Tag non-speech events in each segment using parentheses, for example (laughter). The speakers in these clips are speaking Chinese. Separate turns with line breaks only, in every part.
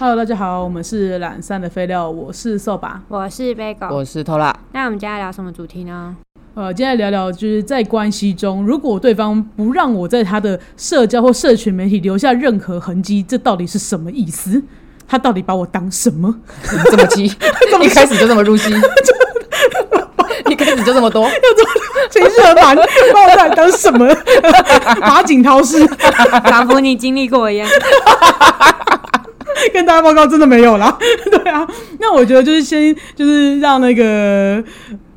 Hello，大家好，我们是懒散的废料，我是扫把。
我是 Bagel。
我是偷啦，
那我们今天聊什么主题呢？ (laughs)
呃，今天来聊聊就是在关系中，如果对方不让我在他的社交或社群媒体留下任何痕迹，这到底是什么意思？他到底把我当什么？ (laughs)
这么急，一开始 (laughs) 就这么入戏， (laughs) 一开始就这么
(laughs)
多，
情绪很满，把我到底当什么？ (laughs) 马景涛是
仿佛你经历过一样。 (laughs)
跟大家报告，真的没有啦。 (laughs) 对啊，那我觉得就是先就是让那个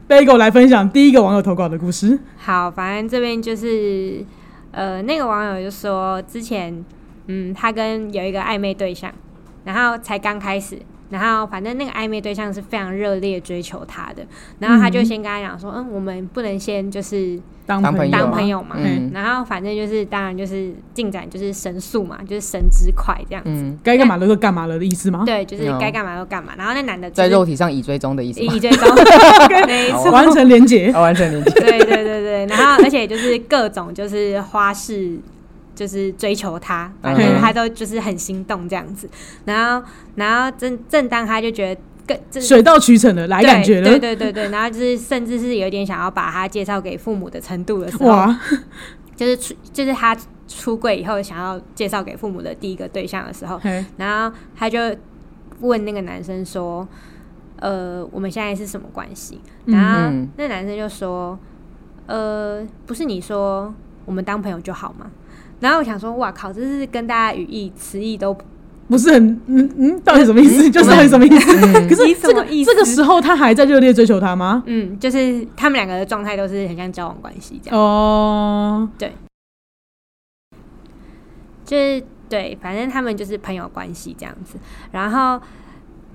Bagel 来分享第一个网友投稿的故事。
好，反正这边就是，呃，那个网友就说之前，嗯，他跟有一个暧昧对象，然后才刚开始，然后反正那个暧昧对象是非常热烈追求他的，然后他就先跟他讲说，嗯，我们不能先就是
当
当
朋
朋
友啊，
友
当朋友嘛，
嗯
然后反正就是当然就是进展就是神速嘛，就是神之快这样子，
嗯，
该干嘛了就干嘛了的意思吗？
对，就是
嗯
该干嘛都干嘛，然后那男的就是
在肉体上啊以追踪的意思吗
以，追
(laughs)
踪， (laughs) 没错，
完成连结。
哦完全理解，
(laughs) 对对对对，然后而且就是各种就是花式，就是追求他，反正
嗯
他都就是很心动这样子。然后然后正正当他就觉得更这
水到渠成了，来感觉
对
了，
对对对，然后就是甚至是有点想要把他介绍给父母的程度的时候，
哇，
就是出就是他出柜以后想要介绍给父母的第一个对象的时候，
嘿
然后他就问那个男生说：“呃，我们现在是什么关系？”
嗯
然后
嗯
那男生就说：“呃，不是你说我们当朋友就好吗？”然后我想说：“哇靠，这是跟大家语义词义都
不是很，嗯嗯，到底什么意思？就是到底什么意思？可是
嗯你什
这
么
个
意思
这个时候他还在热烈追求她吗？
嗯，就是他们两个的状态都是很像交往关系
嗯
这样，
哦，
就是对，反正他们就是朋友关系这样子。然后，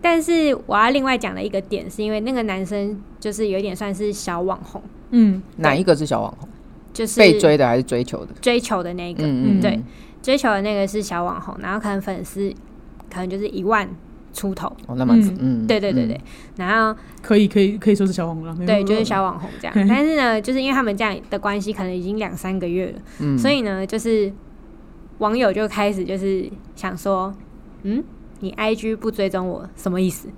但是我要另外讲的一个点，是因为那个男生就是有点算是小网红，
嗯，
(laughs) 哪一个是小网红？
就是
被追的还是追求的？
追求的那一个。
嗯嗯，
对，追求的那个是小网红，然后可能粉丝可能就是一万出头，
哦，那蛮嗯，嗯
对对对对，然后
可以可以可以说是小红了，没
对
有
就是小网红这样
嘿，
但是呢，就是因为他们这样的关系，可能已经两三个月了，
嗯，
所以呢，就是网友就开始就是想说，嗯。你 IG 不追踪我什么意思？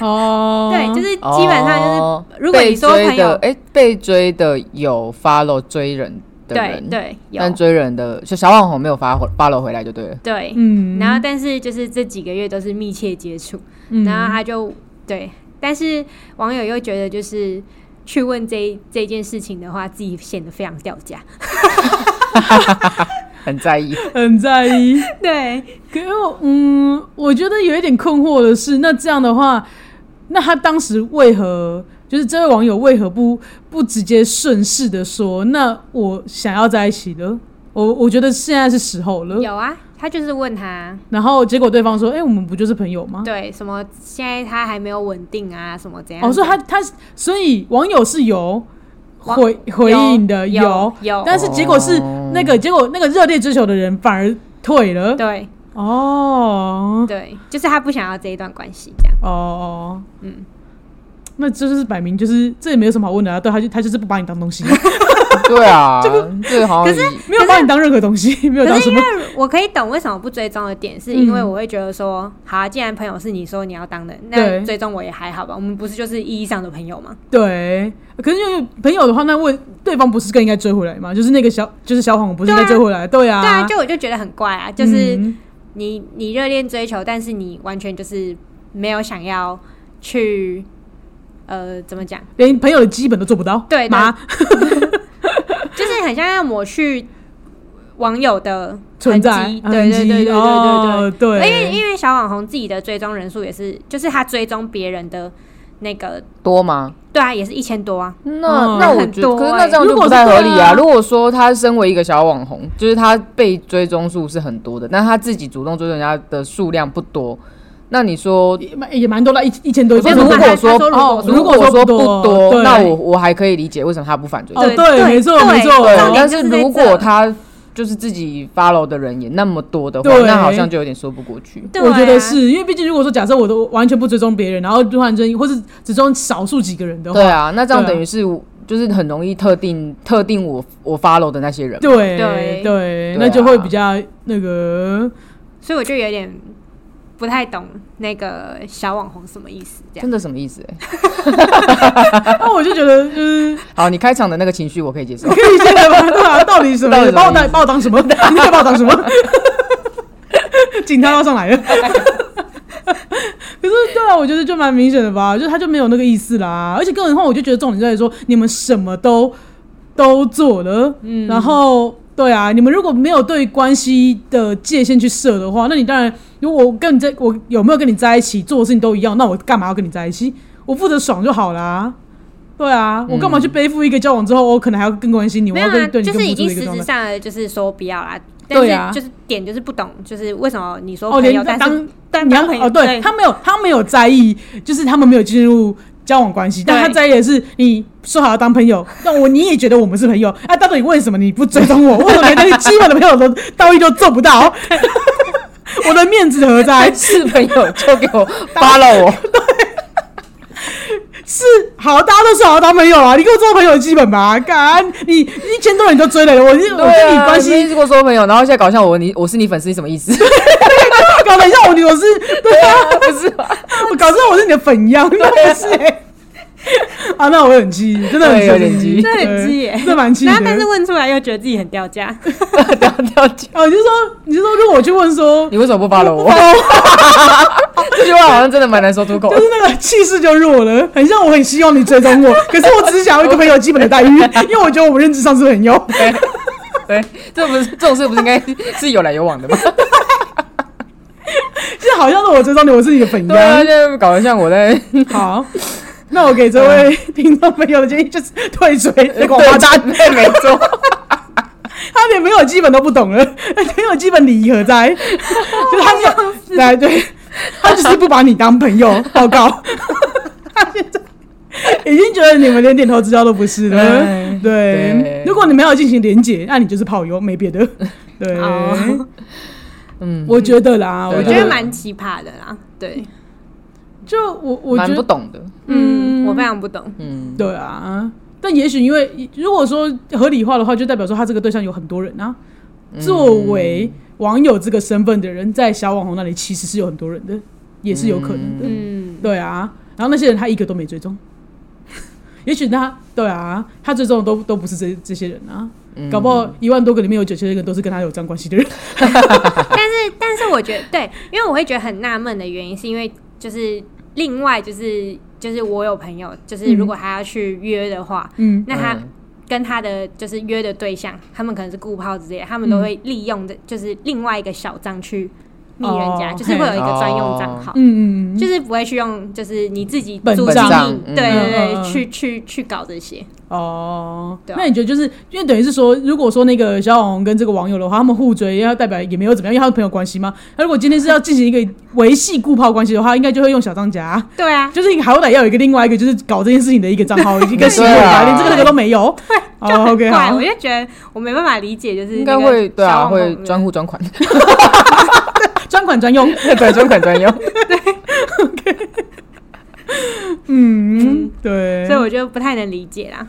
哦，
对，就是基本上就是，
哦
如果你说
被追
朋友
的，哎，被追的有 follow 追人的
对
人，，
对有
但追人的就小网红没有发 follow 回来就对了，
对，
嗯，
然后但是就是这几个月都是密切接触，
嗯
然后他就对，但是网友又觉得就是去问这一这件事情的话，自己显得非常掉
(laughs)
价。
很在意，
很在意。
对，
可是我嗯，我觉得有一点困惑的是，那这样的话，那他当时为何就是这位网友为何不不直接顺势的说，那我想要在一起了？我我觉得现在是时候了。
有啊，他就是问他，
然后结果对方说：“哎、我们不就是朋友吗
对什么现在他还没有稳定啊，什么怎？”样？
哦，所以他他所以网友是有
网
回回应的，
有有有
但是结果是
哦
那个、结果那个热烈追求的人反而退了。
对
哦
对，就是他不想要这一段关系这样。
哦哦，
嗯，
那这就是摆明就是这也没有什么好问的啊，对，他就他就是不把你当东
(laughs)
西，
对啊，这好像以
没有把你当任何东西，没有
可
当
是
什
因
么。
为我可以懂为什么不追踪的点，是因为
嗯
我会觉得说，好、啊，既然朋友是你说你要当的，
对
那追踪我也还好吧，我们不是就是意义上的朋友吗？
对，可是因为朋友的话，那问对方不是更应该追回来吗？就是那个小就是小谎不是应该追回来？对啊，
对啊，就我就觉得很怪啊，就是。
嗯
你你热恋追求，但是你完全就是没有想要去，呃，怎么讲， (laughs)
连朋友的基本都做不到，
对
吗？
就是很像要抹去网友的
存在
痕迹对对对对对对
哦对
对，因为因为小网红自己的追踪人数也是，就是他追踪别人的那个，
多吗？
对啊，也是一千多啊，
那
嗯
那我
很
觉得，
多
可是
欸
那这样
如
就
果
不
是
太合理
对啊
啊。如果说他身为一个小网红，就是他被追踪数是很多的，但他自己主动追踪人家的数量不多，那你说，
也蛮也蛮多了，一一千多。
我
一
说
千
如
多
他
果
他
说
说如果
哦
说
如
如果
果
说
说
不
不
多
多，那
对
我我还可以理解为什么他不反追
哦
对
踪。
对
对
没错
对
没错
重点
但
就是在
如
这
果他就是自己 follow 的人也那么多的话
对，
那好像就有点说不过去。
对啊
我觉得，是因为毕竟，如果说假设我都完全不追踪别人，然后突然间或是只追踪少数几个人的话，
对啊，那这样
对啊
等于是就是很容易特定特定我我 follow 的那些人嘛。
对
对
对
啊
那就会比较那个
所以我就有点不太懂那个小网红什么意思，这样
真的什么意思、欸？
那我就觉得就是
好，你开场的那个情绪我可以接受
可。以进来吧，对啊，到底什么意思？
到底什么
把我
意
当
思
把我当
(laughs)
什么？你在把我当什么？ (laughs) 警察要上来
(laughs)
了。可是对啊，我觉得就蛮明显的吧，就是他就没有那个意思啦。而且更何况，我就觉得重点在于说，你们什么都都做了，嗯，然后对啊，你们如果没有对关系的界限去设的话，那你当然，如果我跟你在我有没有跟你在一起做的事情都一样，那我干嘛要跟你在一起？我负责爽就好啦。对啊，我干嘛去背负一个交往之后，我可能还要更关心你，我
嗯没有
要
啊，
更对你
就
更
是
付
已
出
经
的一个
实
状
质
态。
上的就是说不要啦。但
对啊
是就是点就是不懂，就是为什么你说
哦，
朋
连
友，但是 (laughs)
当
但
你要
当朋友
哦，对他没有，他没有在意，就是他们没有进入交往关系，但他
对
在意的是你说好要当朋友，那我你也觉得我们是朋友，啊，到底为什么你不追踪我？为什么连基本的朋友都道义都做不到？ (laughs) 我的面子何
(laughs)
在？
是朋友就给我 follow 我，
是好，大家都说好当朋友啊，你跟我做朋友的基本吧？干，你你一千多人都追了，我我跟
(laughs) 对
你
啊
关系
(laughs)
你一直跟我说朋友，然后现在搞笑我，你我是你粉丝，你什么意 (laughs) 思？
搞得像我女我是对啊，
不是吧？
(laughs) 我搞得像我是你的粉一样，那不是、欸。 (laughs) 啊，那我很气，真的很
对有点
气，
气
真的很气耶
对真的蛮气的
然。后但是问出来又觉得自己很掉价，
(laughs) 掉掉价
哦，你就说，你就说，如果我去问说，
你为什么不 follow 我？
哦，
(laughs) 这句话好像真的蛮难说出口
就。是那个气势就弱了，很像我很希望你追踪我，可是我只是想要一个朋友基本的待遇，因为我觉得我们认知上是朋友。
对，对，这不是这种事不是应该 (laughs) 是有来有往的吗？
就是好像是我追踪你，我是你的粉一
对啊，
样
现。在搞得像我在
好， (laughs) 那我给这位听众朋友的建议就是退追，广
(laughs) 对
发渣，
对，没错。 (laughs)
他连没有基本都不懂了， (laughs) 没有基本礼仪何在？
(laughs)
就是他是对对，他就是不把你当朋
(laughs)
友，报告。他现在已经觉得你们连点头之交都不是了
哎。
对
对，
如果你们要进行连结，那你就是炮友，没别的。对，
(laughs) 哦
嗯，
我觉得啦，
对
我
我
觉
觉得
得
蛮奇葩的啦。对，
就我我觉
蛮
得
不懂的。
嗯，我非常不懂。
嗯，
对啊。但也许因为如果说合理化的话，就代表说他这个对象有很多人啊。作为网友这个身份的人，在小网红那里其实是有很多人的，也是有可能的。
嗯，
对啊，然后那些人他一个都没追踪，也许他对啊，他追踪的都都不是这这些人啊，
嗯
搞不好一万多个里面有九千个都是跟他有这样关系的人。
但是但是我觉得对，因为我会觉得很纳闷的原因，是因为就是另外就是就是我有朋友，就是如果他要去约的话，
嗯，
那他
嗯
跟他的就是约的对象，他们可能是顾炮之类的，他们都会利用的，就是另外一个小账去密人家，
哦
就是会有一个专用账号。
嗯嗯嗯，
就是不会去用，就是你自己
本
租
本
金
账
密，对对对，
嗯嗯嗯
去去去搞这些，
哦，
对啊
那你觉得就是因为等于是说，如果说那个小网红跟这个网友的话，他们互追，要代表也没有怎么样，因为他是朋友关系嘛。那如果今天是要进行一个维系固炮关系的话，应该就会用小账夹、
对
(laughs)
啊，
就是你好歹要有一个另外一个就是搞这件事情的一个账号，一个行为
对
啊，
啊
连这个那个都没 (laughs) 有。
就
哦
很
，OK，
怪，
(laughs) 好
我，就觉得我没办法理解，就是
应
那
该
个
会对
小
啊，
网红的
会专户专款， (laughs)
专款专用。
对，专款专用。
嗯，对，
所以我就不太能理解啦。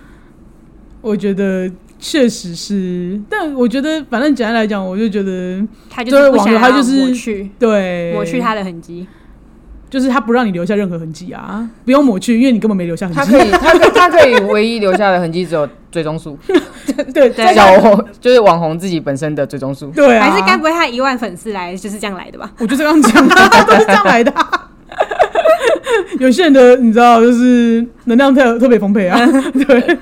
我觉得确实是，但我觉得反正简单来讲，我就觉得
他就
就是是
不
网
想
友
要
他就是
抹去
对，
抹去他的痕迹，
就是他不让你留下任何痕迹啊，不用抹去，因为你根本没留下
(laughs) 他
痕迹。
可以，他可他可以唯一留下的痕迹只有追踪数，
(laughs) 对
对
小红 (laughs) 就是网红自己本身的追踪数。
(laughs) 对啊，
还是该不会他一万粉丝来就是这样来的吧？
我就这样讲 (laughs) 啊，都是这样来的啊、 (laughs) 有些人的你知道，就是能量特特别丰 (laughs) 沛啊，对，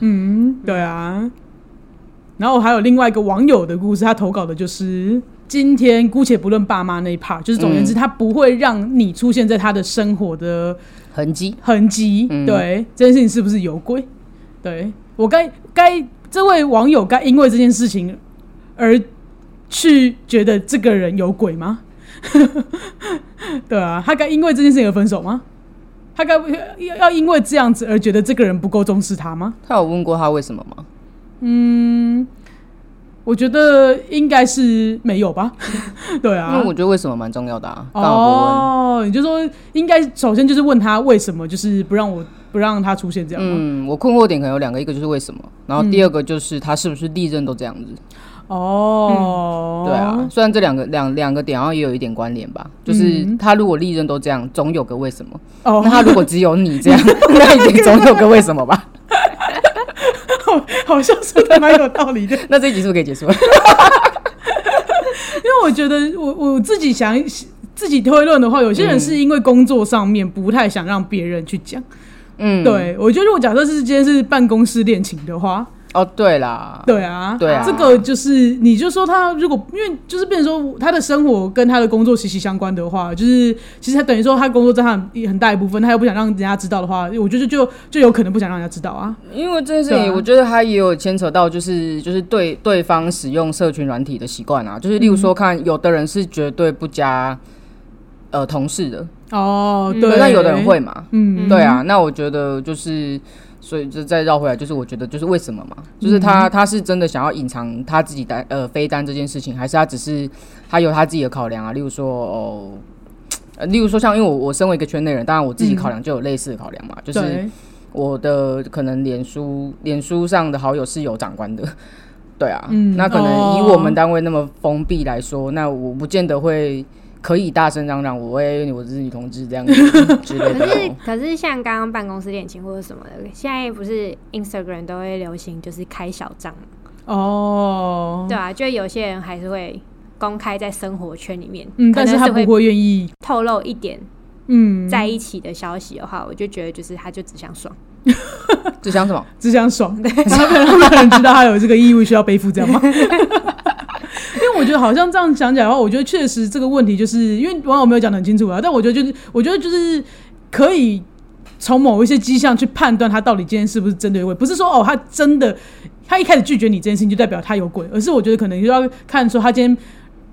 嗯，对啊。然后还有另外一个网友的故事，他投稿的就是今天姑且不论爸妈那一 part，就是总而言之，
嗯
他不会让你出现在他的生活的
痕迹，
痕迹。
嗯
对，这件事情是不是有鬼？对我该该这位网友该因为这件事情而去觉得这个人有鬼吗？ (laughs) 对啊，他该因为这件事情而分手吗？他该不要要因为这样子而觉得这个人不够重视他吗？嗯
他有问过他为什么吗？
我觉得应该是没有吧。 (laughs) 对啊，
因为我觉得为什么蛮重要的啊，刚好
哦，你就说应该首先就是问他为什么就是不让我不让他出现这
不
样
问。
吗？
嗯，我困惑点可能有两个，一个就是
嗯
为什么，然后第二个就是他是不是历任都这样子？
哦、
对啊
嗯
虽然这两个两两个点好像也有一点关联吧，就是
嗯
他如果历任都这样，总有个为什么。
哦
那，他如果只有你
(laughs)
这样， (laughs) 那一定总有个为什么吧？ (laughs)
(laughs) 好好像说的蛮有道理的，
那这一集是不是可以结束了？
(laughs) 因为我觉得我我自己想自己推论的话，有些人
嗯
是因为工作上面不太想让别人去讲。
嗯，。
对，我觉得如果假设是今天是办公室恋情的话，
哦，对啦，
对啊，
对啊
这个就是你就说他如果因为就是变成说他的生活跟他的工作息息相关的话，就是其实他等于说他工作占他很很大一部分，他又不想让人家知道的话，我觉得就就有可能不想让人家知道啊。
因为这件事
对
情，
啊
我觉得他也有牵扯到，就是就是对对方使用社群软体的习惯啊，
嗯
就是例如说看，有的人是绝对不加呃同事的，
哦，
嗯
对，
那有的人会，嘛，
嗯，
对啊，那我觉得就是。所以就再绕回来，就是我觉得就是为什么嘛，就是
嗯
他他是真的想要隐藏他自己单呃飞单这件事情，还是他只是他有他自己的考量啊？例如说哦，呃例如说像因为我我身为一个圈内人，当然我自己考量就有类似的考量嘛，就是
对，
我的可能脸书脸书上的好友是有长官的， (laughs) 对啊，
嗯
那可能以
哦
我们单位那么封闭来说，那我不见得会可以大声嚷嚷我喂我是女同志这样子之类 (laughs)
可
的
是
咯。
可是像刚刚办公室恋情或者什么的，现在不是 Instagram 都会流行就是开小账嘛，
嗯哦，
对啊，就有些人还是会公开在生活圈里面，
嗯，
可
但
能
是他不
会
会愿意，
透露一点
嗯，
在一起的消息的话，我就觉得就是他就只想爽，
只想什么？
只想爽，
(laughs)
然后可能让别人知道他有这个义务需要背负，这样吗？因为我觉得好像这样讲起来的话，我觉得确实这个问题就是因为网友没有讲得很清楚啊，但我觉得就是，我觉得就是可以从某一些迹象去判断他到底今天是不是真的有鬼，不是说哦他真的他一开始拒绝你这件事情就代表他有鬼，而是我觉得可能就要看说他今天。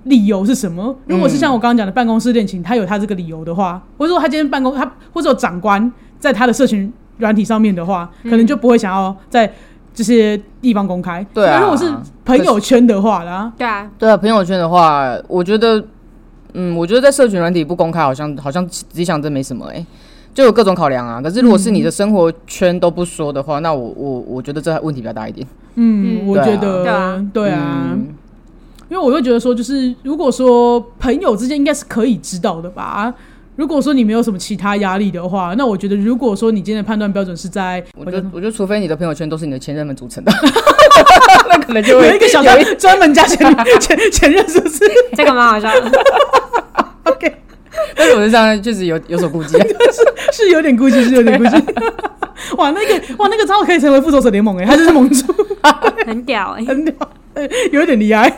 理由是什么？如果是像我刚刚讲的办公室恋情，他有他这个理由的话，或者说他今天办公他或者有长官在他的社群软体上面的话，
嗯
可能就不会想要在这些地方公开。
对啊
那如果是朋友圈的话啦，
对啊，
对啊，朋友圈的话，我觉得，嗯，我觉得在社群软体不公开，好像好像只想真没什么哎、就有各种考量啊。可是如果是你的生活圈都不说的话，那我我我觉得这问题比较大一点。
嗯，
嗯
我觉得
对啊
对啊，
嗯
因为我会觉得说，就是如果说朋友之间应该是可以知道的吧。如果说你没有什么其他压力的话，那我觉得如果说你今天的判断标准是在，
我觉得，我觉得除非你的朋友圈都是你的前任们组成的， (laughs) 那可能就会
有一个小
有
张
一
(laughs) 专门加前前前任是不
(laughs)
是
这个蛮好笑的。 (laughs)
？OK，
但是我是这样，确实有有所
(laughs)
顾忌。
是有点估计，是有点估计。
啊
(laughs) 哇，那个哇，那个超可以成为复仇者联盟哎、他就是盟主， (laughs)
很屌哎、
很屌， (laughs) 有一点厉害。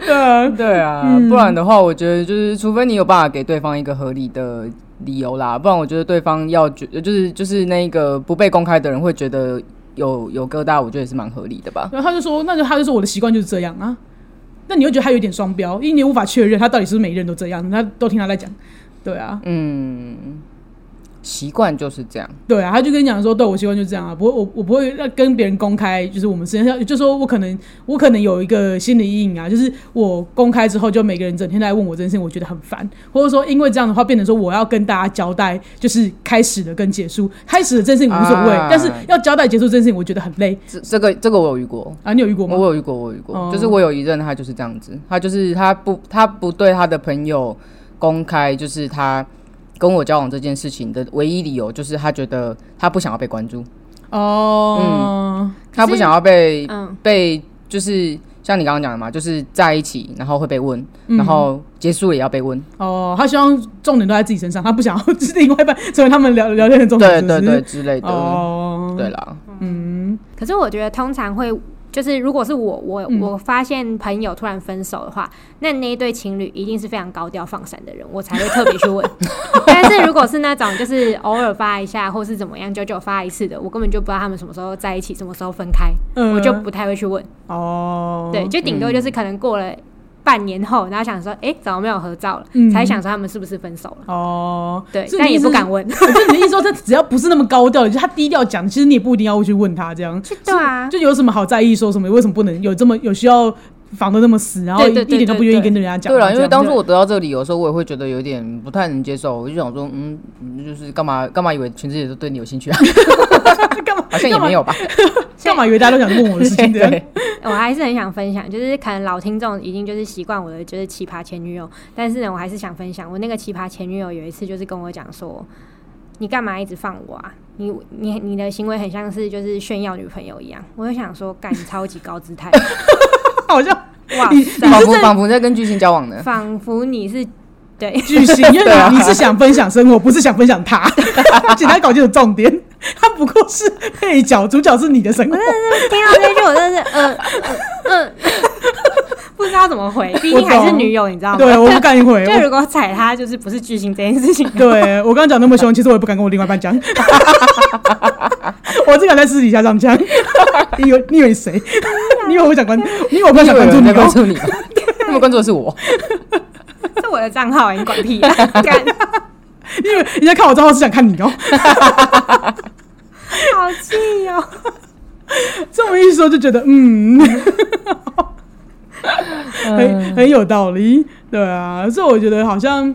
对啊，
对啊，不然的话，我觉得就是，除非你有办法给对方一个合理的理由啦，不然我觉得对方要觉，就是就是那个不被公开的人会觉得有有疙瘩，我觉得也是蛮合理的吧。
然后他就说，那就他就说我的习惯就是这样啊。那你又觉得他有点双标，因为你无法确认他到底是不是每一任都这样，他都听他在讲。对啊，
嗯，习惯就是这样。
对啊，他就跟你讲说，对我习惯就这样啊，不会，我我不会让跟别人公开，就是我们之间，就说我可能我可能有一个心理阴影啊，就是我公开之后，就每个人整天在问我这件事情，我觉得很烦，或者说因为这样的话，变成说我要跟大家交代，就是开始的跟结束，开始的这件事情无所谓，
啊
但是要交代结束这件事情，我觉得很累
这这个这个我有遇过，
啊。你有遇过吗？
我有遇过，我有遇过，
哦
就是我有一任他就是这样子，他就是他不他不对他的朋友公开，就是他跟我交往这件事情的唯一理由，就是他觉得他不想要被关注，
哦，
他不想要被
嗯，
被就是像你刚刚讲的嘛，就是在一起然后会被问，
嗯
然后结束了也要被问，
哦，他希望重点都在自己身上，他不想要就是另外一半成为他们聊聊天的重点，
对
哦是不
对
是
对，之类的，
哦，
对，啦，
嗯，
可是我觉得通常会。就是如果是我，我
嗯
我发现朋友突然分手的话，那那一对情侣一定是非常高调放闪的人，我才会特别去问。 (laughs) 但是如果是那种就是偶尔发一下，或是怎么样，久久发一次的，我根本就不知道他们什么时候在一起，什么时候分开，我
我
就不太会去问。
嗯哦，
对，就顶多就是可能过了半年后，然后想说，哎、怎么没有合照了？
嗯
才想说他们是不是分手了？
哦，
对
所，以
但
你
也
意思
不
是
敢问。
我觉得你的意思说，他只要不是那么高调，就他低调讲，其实你也不一定要去问他这样，
对啊，
就有什么好在意说什么？为什么不能有这么有需要防得那么死，然后一
对对对
一点都不愿意
对
跟人家讲？
对啦，因为当初
我
我得到这个理由的时候，我也会觉得有点不太能接受，我就想说，嗯，
(laughs)
嗯就是干嘛干嘛以为全世界都对你有兴趣啊？
干嘛
好像也
(laughs) 干嘛
没有吧？
干嘛以为大家都想问我的事情？
(laughs) 对，
我还是很想分享，就是可能老听众已经就是习惯我的就是奇葩前女友，但是呢，我还是想分享我那个奇葩前女友有一次就是跟我讲说，你干嘛一直放我啊？你你你的行为很像是就是炫耀女朋友一样。我就想说，干你超级高姿态，
好像
哇
(laughs) 你
塞
仿，佛仿佛在跟巨星交往呢。
仿佛你是对。
巨星，因
对
为
啊
你是想分享生活，不是想分享他。简单搞清楚重点，他不过是配角，主角是你的生活。
听到这句，我真的是嗯嗯嗯，不知道怎么回，毕竟还是女友，你知道吗？
对，我不敢一
(laughs)
回。
就
我
如果踩他，就是不是巨星这件事情。 (laughs)
对我刚刚讲那么凶，其实我也不敢跟我另外一半讲，我只敢在私底下上讲。你以为你以为谁？你以为我想关？ (laughs) 你以为我不想关注你
在关
哦？
注
(laughs)
你吗， (laughs) 他们关注的是我。
是我的账号、你管屁、啊！ (laughs) 干
你以为人家看我账号是想看你哦？
(laughs) 好气哦！
这么一说就觉得，嗯，很很有道理。对啊，所以我觉得好像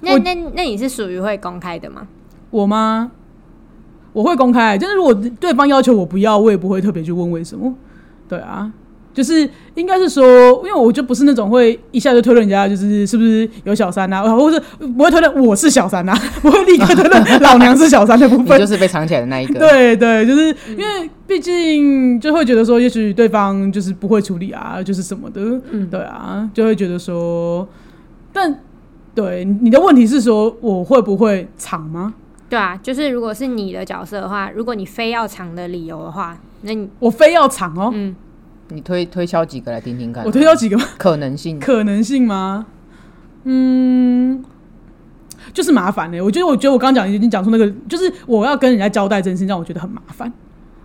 那
我
那那你是属于会公开的吗？
我吗？我会公开，就是如果对方要求我不要，我也不会特别去问为什么。对啊，就是应该是说，因为我就不是那种会一下就推论人家，就是是不是有小三啊，或者是不会推论我是小三啊， (laughs) 不会立刻推论老娘是小三的部
你
分
(laughs) 就。是被藏起来的那一个。
对对，就是因为毕竟就会觉得说，也许对方就是不会处理啊，就是什么的，
嗯
对啊，就会觉得说，但对你的问题是说我会不会藏吗？
对啊，就是如果是你的角色的话，如果你非要藏的理由的话，那你
我非要藏哦，
嗯，
你推推敲几个来听听看啊。
我推到几个
可能性，
可能性吗？嗯，就是麻烦欸呢、我觉得，我觉得我刚刚讲已经讲出那个，就是我要跟人家交代这件事情，让我觉得很麻烦。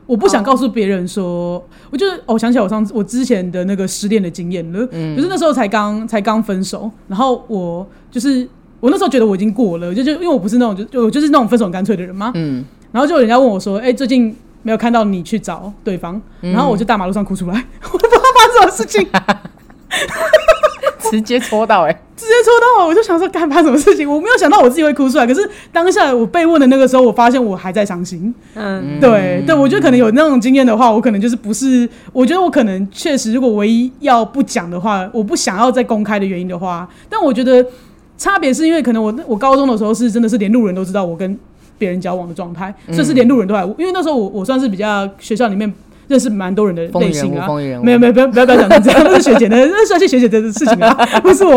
我不想
哦
告诉别人说我就是哦，我想起来我上次我之前的那个失恋的经验了，
嗯
就是那时候才刚才刚分手，然后我就是我那时候觉得我已经过了，就就因为我不是那种就就我就是那种分手很干脆的人嘛，
嗯，
然后就有人家问我说：“哎、最近没有看到你去找对方？”然后我就大马路上哭出来， (laughs) 我不知道发生什么事情，
直接戳到
(laughs)
哎，
直接戳到我，我就想说干发生什么事情？我没有想到我自己会哭出来，可是当下我被问的那个时候，我发现我还在伤心。
嗯，
对对，我觉得可能有那种经验的话，我可能就是不是，我觉得我可能确实，如果唯一要不讲的话，我不想要再公开的原因的话，但我觉得差别是因为可能我我高中的时候是真的是连路人都知道我跟别人交往的状态，甚
嗯
至连路人都还，因为那时候我我算是比较学校里面。认识蛮多人的
风
类
云人
型
物，
啊，
风云人物。
没有没有，不要不要不要讲成这样，那是学姐的，那是那些学姐的事情啊，不是我。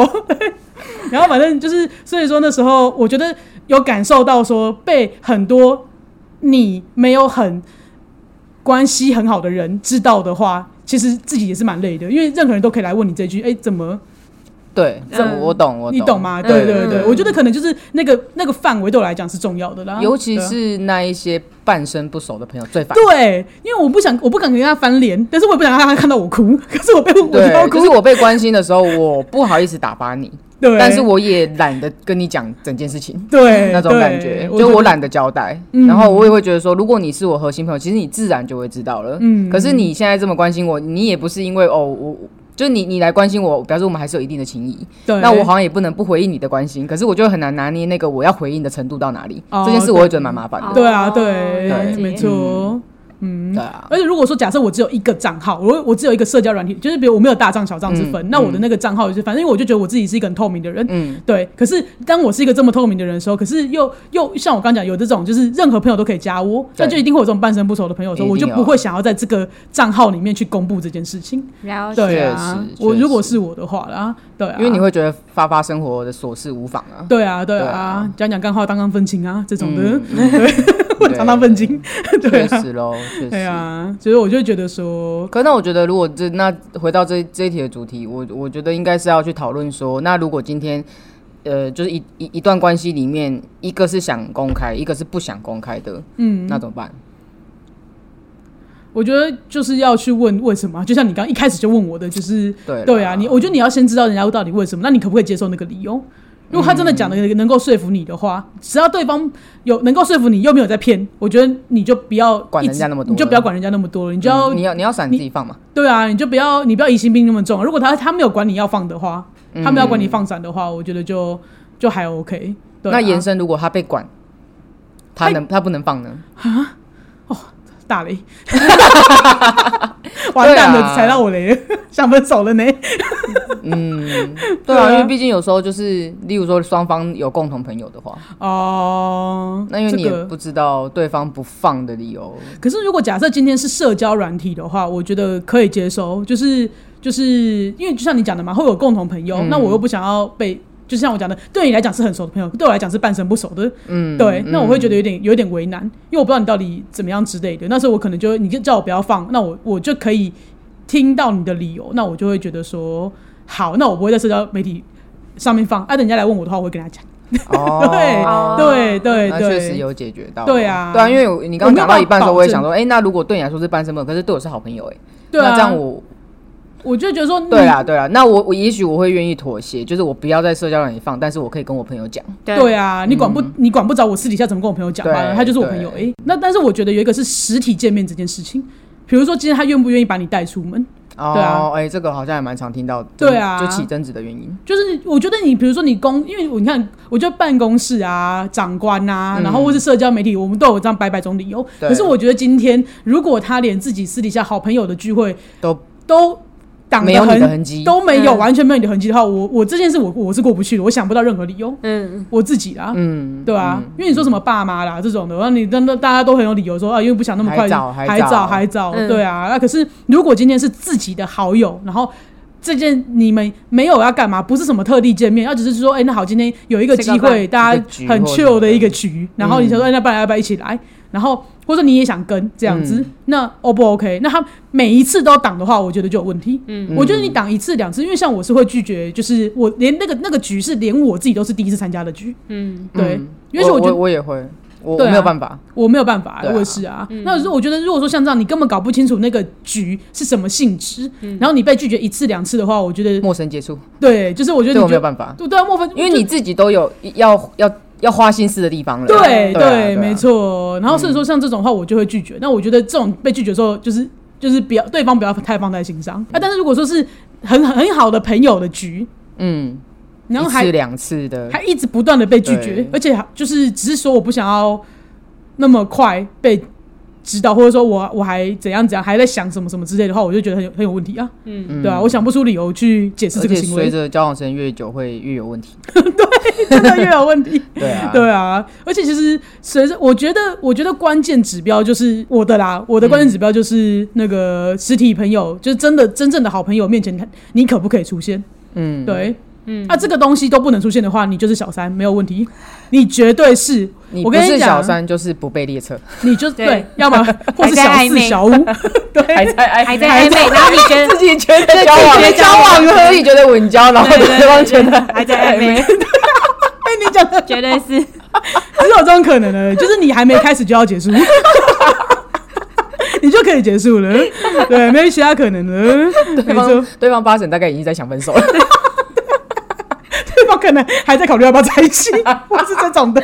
(laughs) 然后反正就是，所以说那时候我觉得有感受到说被很多你没有很关系很好的人知道的话，其实自己也是蛮累的，因为任何人都可以来问你这句，哎、怎么
对，这
嗯
我我懂，我
你懂？吗？
嗯
对对对，
嗯
我觉得可能就是那个那个范围对我来讲是重要的啦，
尤其
对啊
是那一些半生不熟的朋友最烦。
对，因为我不想我不敢跟他翻脸，但是我也不想让他看到我哭， (laughs) 可是我被问我就要
对，
哭
就是，我被关心的时候，我不好意思打发你，
对，
但是我也懒得跟你讲整件事情。
对
那种
对
感觉，
觉
就
得
我懒得交代，
嗯
然后我也会觉得说，如果你是我核心朋友，其实你自然就会知道了。
嗯
可是你现在这么关心我，你也不是因为哦，我就你你来关心我，表示我们还是有一定的情谊。
对，
那我好像也不能不回应你的关心，可是我就很难拿捏那个我要回应的程度到哪里。
哦
这件事我会觉得蛮麻烦的。
对啊，
哦
对，
了解
没错，嗯。
对啊，
而且如果说假设我只有一个账号，我我只有一个社交软体，就是比如我没有大账小账之分，
嗯
那我的那个账号就是反正因为我就觉得我自己是一个很透明的人，
嗯，
对。可是当我是一个这么透明的人的时候，可是又又像我刚讲有这种就是任何朋友都可以加我，那
对
就一定会有这种半生不熟的朋友的时候，我
一定
就
有啊
不会想要在这个账号里面去公布这件事情。
了解。
对啊
确，实
我
确
如果
实
是我的话啦，对啊，
因为你会觉得发发生活的琐事无妨啊。
对啊，对
对
啊
啊，
讲讲干话当当愤青啊这种的
嗯，
(laughs)
(laughs)
对，我常当愤青，对
确
啊，
实喽，确
对
实。
啊，所以我就觉得说，
可那我觉得，如果这那回到这这一题的主题，我我觉得应该是要去讨论说，那如果今天，呃，就是一一一段关系里面，一个是想公开，一个是不想公开的，
嗯，
那怎么办？
我觉得就是要去问为什么，就像你刚一开始就问我的，就是
对啦
对啊，你我觉得你要先知道人家到底为什么，那你可不可以接受那个理由？如果他真的讲的能够说服你的话，只要对方有能够说服你，又没有在骗，我觉得你就不要
管
一
人家
直
那么多
你就
了
不要管人家那么多了，你就要
嗯你要你要闪自己放嘛。
对啊，你就不要你不要疑心病那么重。如果他他没有管你要放的话，
嗯
他没有管你放闪的话，我觉得就就还 OK 对啊、
那延伸，如果他被管，他能他不能放呢？
大
(laughs)
雷，完蛋
对啊
了，踩到我雷了， (laughs) 想分手了呢。
对
(laughs) 对啊
啊，因为毕竟有时候就是，例如说双方有共同朋友的话，
哦，
那因为你
这
也
个
不知道对方不放的
(laughs)
理由，
可是，如果假设今天是社交软体的话，我觉得可以接受，就是就是因为就像你讲的嘛，会有共同朋友，
嗯
那我又不想要被，就像我讲的，对你来讲是很熟的朋友，对我来讲是半生不熟的，
嗯，嗯
对，那我会觉
得，
得有点有点为难，因为我不知道你到底怎么样之类的。那时候我可能就你就叫我不要放，那我我就可以听到你的理由，那我就会觉得说好，那我不会在社交媒体上面放。啊，等人家来问我的话，我会跟他讲。
哦，
对对
那
对，
确实有解决到，
对啊
对啊，因为我你刚
我
刚
没有
讲到一半的时
办法
候，我也想说，哎，那如果对你来说是半生朋友，可是对我是好朋友，哎，
对啊，嗯
那这样我
我就觉得说你
对啊啦，对啦，那我我也许我会愿意妥协，就是我不要在社交软件放，但是我可以跟我朋友讲。
对
对啊，你管不、你管不着我私底下怎么跟我朋友讲
嗯对
吧，他就是我朋友。哎、
对
那但是我觉得有一个是实体见面这件事情，比如说今天他愿不愿意把你带出门，
哦，
对
哎、
啊
这个好像也蛮常听到，
对啊
就起争执的原因。
就是我觉得你比如说你公，因为我你看，我觉得办公室啊、长官啊，
嗯
然后或是社交媒体，我们都有这样百百种理由。
对
哦可是我觉得今天如果他连自己私底下好朋友的聚会
都
都挡
没
得
有你的
很
痕迹，
都没有、
嗯
完全没有你的痕迹的话，我我这件事我我是过不去的，我想不到任何理由，
嗯，
我自己啦。
嗯，
对啊，
嗯
因为你说什么爸妈啦这种的，然后你真的大家都很有理由说啊，因为不想那么快，
还早还
还
早
还早
嗯
对啊。那可是如果今天是自己的好友，然后这件你们没有要干嘛，不是什么特地见面，要只是说，哎、那好，今天有一个
吃个
机会，
饭
大
一
家
个局
很
或嗯什
chill
么
的
的
一个局，然后你想说，哎、那不然要不要一起来？然后或者你也想跟这样子，
嗯
那 O 不 OK？那他每一次都挡的话，我觉得就有问题。
嗯
我觉得你挡一次两次，因为像我是会拒绝，就是我连那个那个局是连我自己都是第一次参加的局，
嗯，
对，
嗯
因为
我
我觉得
我也会，我、
对啊
我没有办法，
我没有办法、
对啊
我也是啊。那如果我觉得，如果说像这样，你根本搞不清楚那个局是什么性质，
嗯
然后你被拒绝一次两次的话，我觉得
陌生接触，
对，就是我觉
对
得
我
你
没有
就
办法，
对对啊，莫非
因为你自己都有要要要花心思的地方了。
对对,、
对啊对啊
没错。然后所以说像这种话，我就会拒绝。那我觉得这种被拒绝的时候，就是就是不要对方不要太放在心上啊。但是如果说是很很好的朋友的局，
嗯，
然后
一
还
次两次的，
还一直不断的被拒绝
对，
而且就是只是说我不想要那么快被知道，或者说我我还怎样怎样，还在想什么什么之类的话，我就觉得很有很有问题啊，
嗯，
嗯
对啊，我想不出理由去解释
而
这个
且
行
随
为，
着交往时间越久，会越有问题。
真的越有问题。
对啊，
对啊，而且其实随着我觉得，我觉得关键指标就是我的啦，我的关键指标就是那个实体朋友，就是真的真正的好朋友面前，他你可不可以出现？
嗯，
对，
嗯
啊，这个东西都不能出现的话，你就是小三，没有问题，你绝对是
你
我
不
跟你
是小
讲啊
三就是不被列
(laughs)
车，
你就
对
对，要
(laughs)
么或是小
还在暧
四、
昧 (laughs)
小五，
还
对，哎
在暧
还在暧昧，然后你 (laughs) 觉得
自己觉得交往
自己觉得
交往了，自己觉得稳交，然后
对对对
对方觉得
还在暧昧，
哎，你讲的
绝对是
只有这种可能了，就是你还没开始就要结束，
(laughs)
你就可以结束了，对，没有其他可能了，没
对
错
方，对方八成大概已经在想分手
(laughs)
了。
对方可能还在考虑要不要在一
(laughs)
起，或是这种的，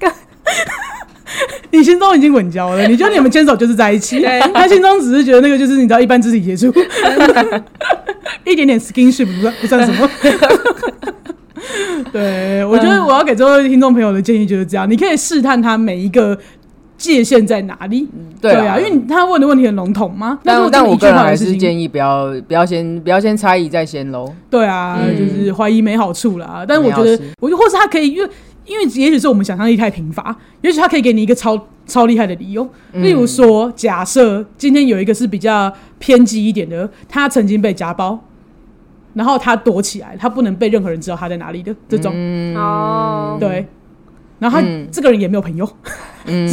对。你心中已经稳交了，你觉得你们牵手就是在一起
对，
他心中只是觉得那个就是你知道一般肢体接触， (laughs) 一点点 skinship 不算不算什么。 (laughs) 对，我觉得我要给这位听众朋友的建议就是这样，你可以试探他每一个界限在哪里。
嗯对
啊，因为你他问的问题很笼统嘛，那如
但
果真的一
但我
句
个人
话
还
的事
是
情，
建议不要不要先不要先猜疑再先喽。
对啊，
嗯
就是怀疑没好处啦。但是我觉得
没好处，
我就或是他可以，因为因为也许是我们想象力太贫乏，也许他可以给你一个超超厉害的理由。
嗯
例如说，假设今天有一个是比较偏激一点的，他曾经被家暴，然后他躲起来，他不能被任何人知道他在哪里的这种，
嗯
哦，
对。然后他、
嗯
这个人也没有朋友， (laughs)
嗯，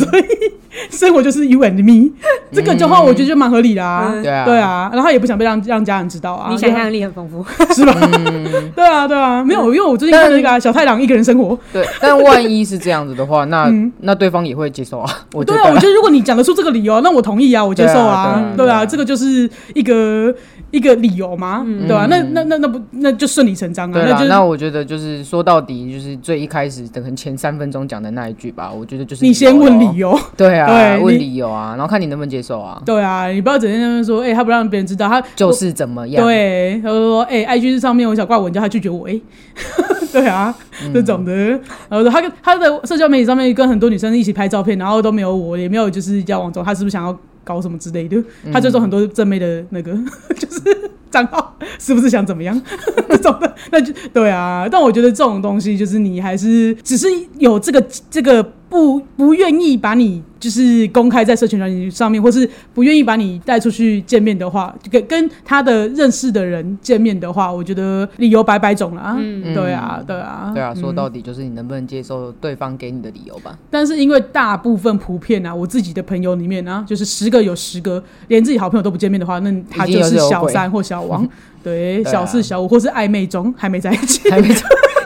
生活就是 you and me，这个的话我觉得就蛮合理的啊，
嗯
嗯对啊，
对，啊，然后他也不想被让让家人知道啊，
你想象力很丰 (laughs) 富，
(laughs) 是吧？
嗯
对啊，对啊，没有，因为我最近看那个啊小太郎一个人生活。
对。但万一是这样子的话，那
嗯
那对方也会接受啊。我觉
对啊，我
得 (laughs)
觉得如果你讲得出这个理由，那我同意啊，我接受
对啊
啊，
对啊
对
对
啊，
啊
这个就是一个一个理由嘛，对吧？那那那那不那就顺理成章啊，
嗯对
那
啦
就，
那
是
我觉得就是说到底，就是最一开始可能前三分钟讲的那一句吧，我觉得就是
你先问
理由
理
咯。
由，
对啊，
对
啊，
对
问
你
理由啊，然后看你能不能接受啊，
对啊，你不要整天在那边说，哎、他不让别人知道，他
就是怎么样，
对，啊他说：“哎、i g 上面我想挂文，叫他拒绝我。哎， (laughs) 对啊，这种的。然后说他跟他的社交媒体上面跟很多女生一起拍照片，然后都没有我，也没有就是交往中，他是不是想要搞什么之类的？他追踪很多正妹的那个就是账号，是不是想怎么样？ (laughs) 这种的，那就对啊。但我觉得这种东西就是你还是只是有这个这个不不愿意把你就是公开在社群软体上面，或是不愿意把你带出去见面的话，跟跟他的认识的人见面的话，我觉得理由百百种啦。嗯，对啊，对啊，
对啊，说到底就是你能不能接受对方给你的理由吧。
(laughs) 但是因为大部分普遍啊，我自己的朋友里面啊，就是十个有十个连自己好朋友都不见面的话，那他
(laughs) 已经
就
有
是
这种
小
鬼
三或小
(laughs)
王，对，
对啊
小四、小五，或是暧昧中还没在一起， (laughs)
还没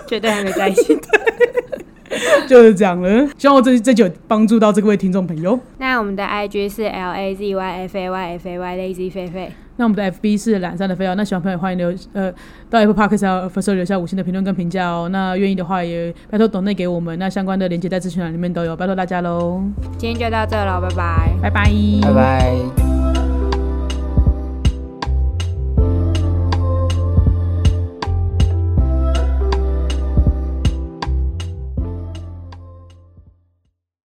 绝对还没在一起。
就是这样了。希望我这这集有帮助到这位听众朋友。
那我们的 IG 是 L A Z Y F A Y F A Y Lazy 菲菲，
那我们的 FB 是懒散的飞哦，那喜欢朋友欢迎留呃到 Apple Podcast 还有 First Story 留下五星的评论跟评价哦。那愿意的话也拜托董内给我们，那相关的链接在资讯栏里面都有，拜托大家喽，
今天就到这了，拜拜。
拜拜，
拜拜。